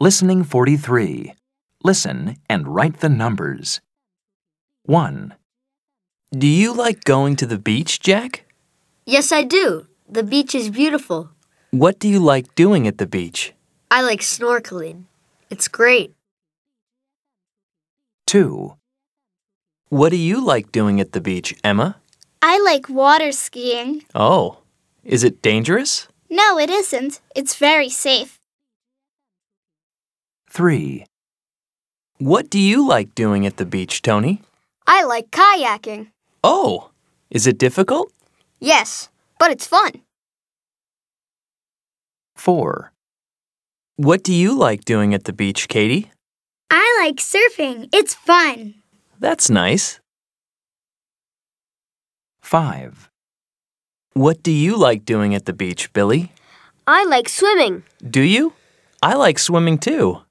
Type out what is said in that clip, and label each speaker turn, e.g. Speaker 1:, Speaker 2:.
Speaker 1: Listening 43. Listen and write the numbers. 1,
Speaker 2: Do you like going to the beach, Jack?
Speaker 3: Yes, I do. The beach is beautiful.
Speaker 2: What do you like doing at the beach?
Speaker 3: I like snorkeling. It's great.
Speaker 1: 2,
Speaker 2: What do you like doing at the beach, Emma?
Speaker 4: I like water skiing.
Speaker 2: Oh, is it dangerous?
Speaker 4: No, it isn't. It's very safe.
Speaker 1: 3,
Speaker 2: What do you like doing at the beach, Tony?
Speaker 4: I like kayaking.
Speaker 2: Oh, is it difficult?
Speaker 4: Yes, but it's fun.
Speaker 1: 4,
Speaker 2: What do you like doing at the beach, Katie?
Speaker 4: I like surfing. It's fun.
Speaker 2: That's nice.
Speaker 1: 5,
Speaker 2: What do you like doing at the beach, Billy?
Speaker 4: I like swimming.
Speaker 2: Do you? I like swimming too.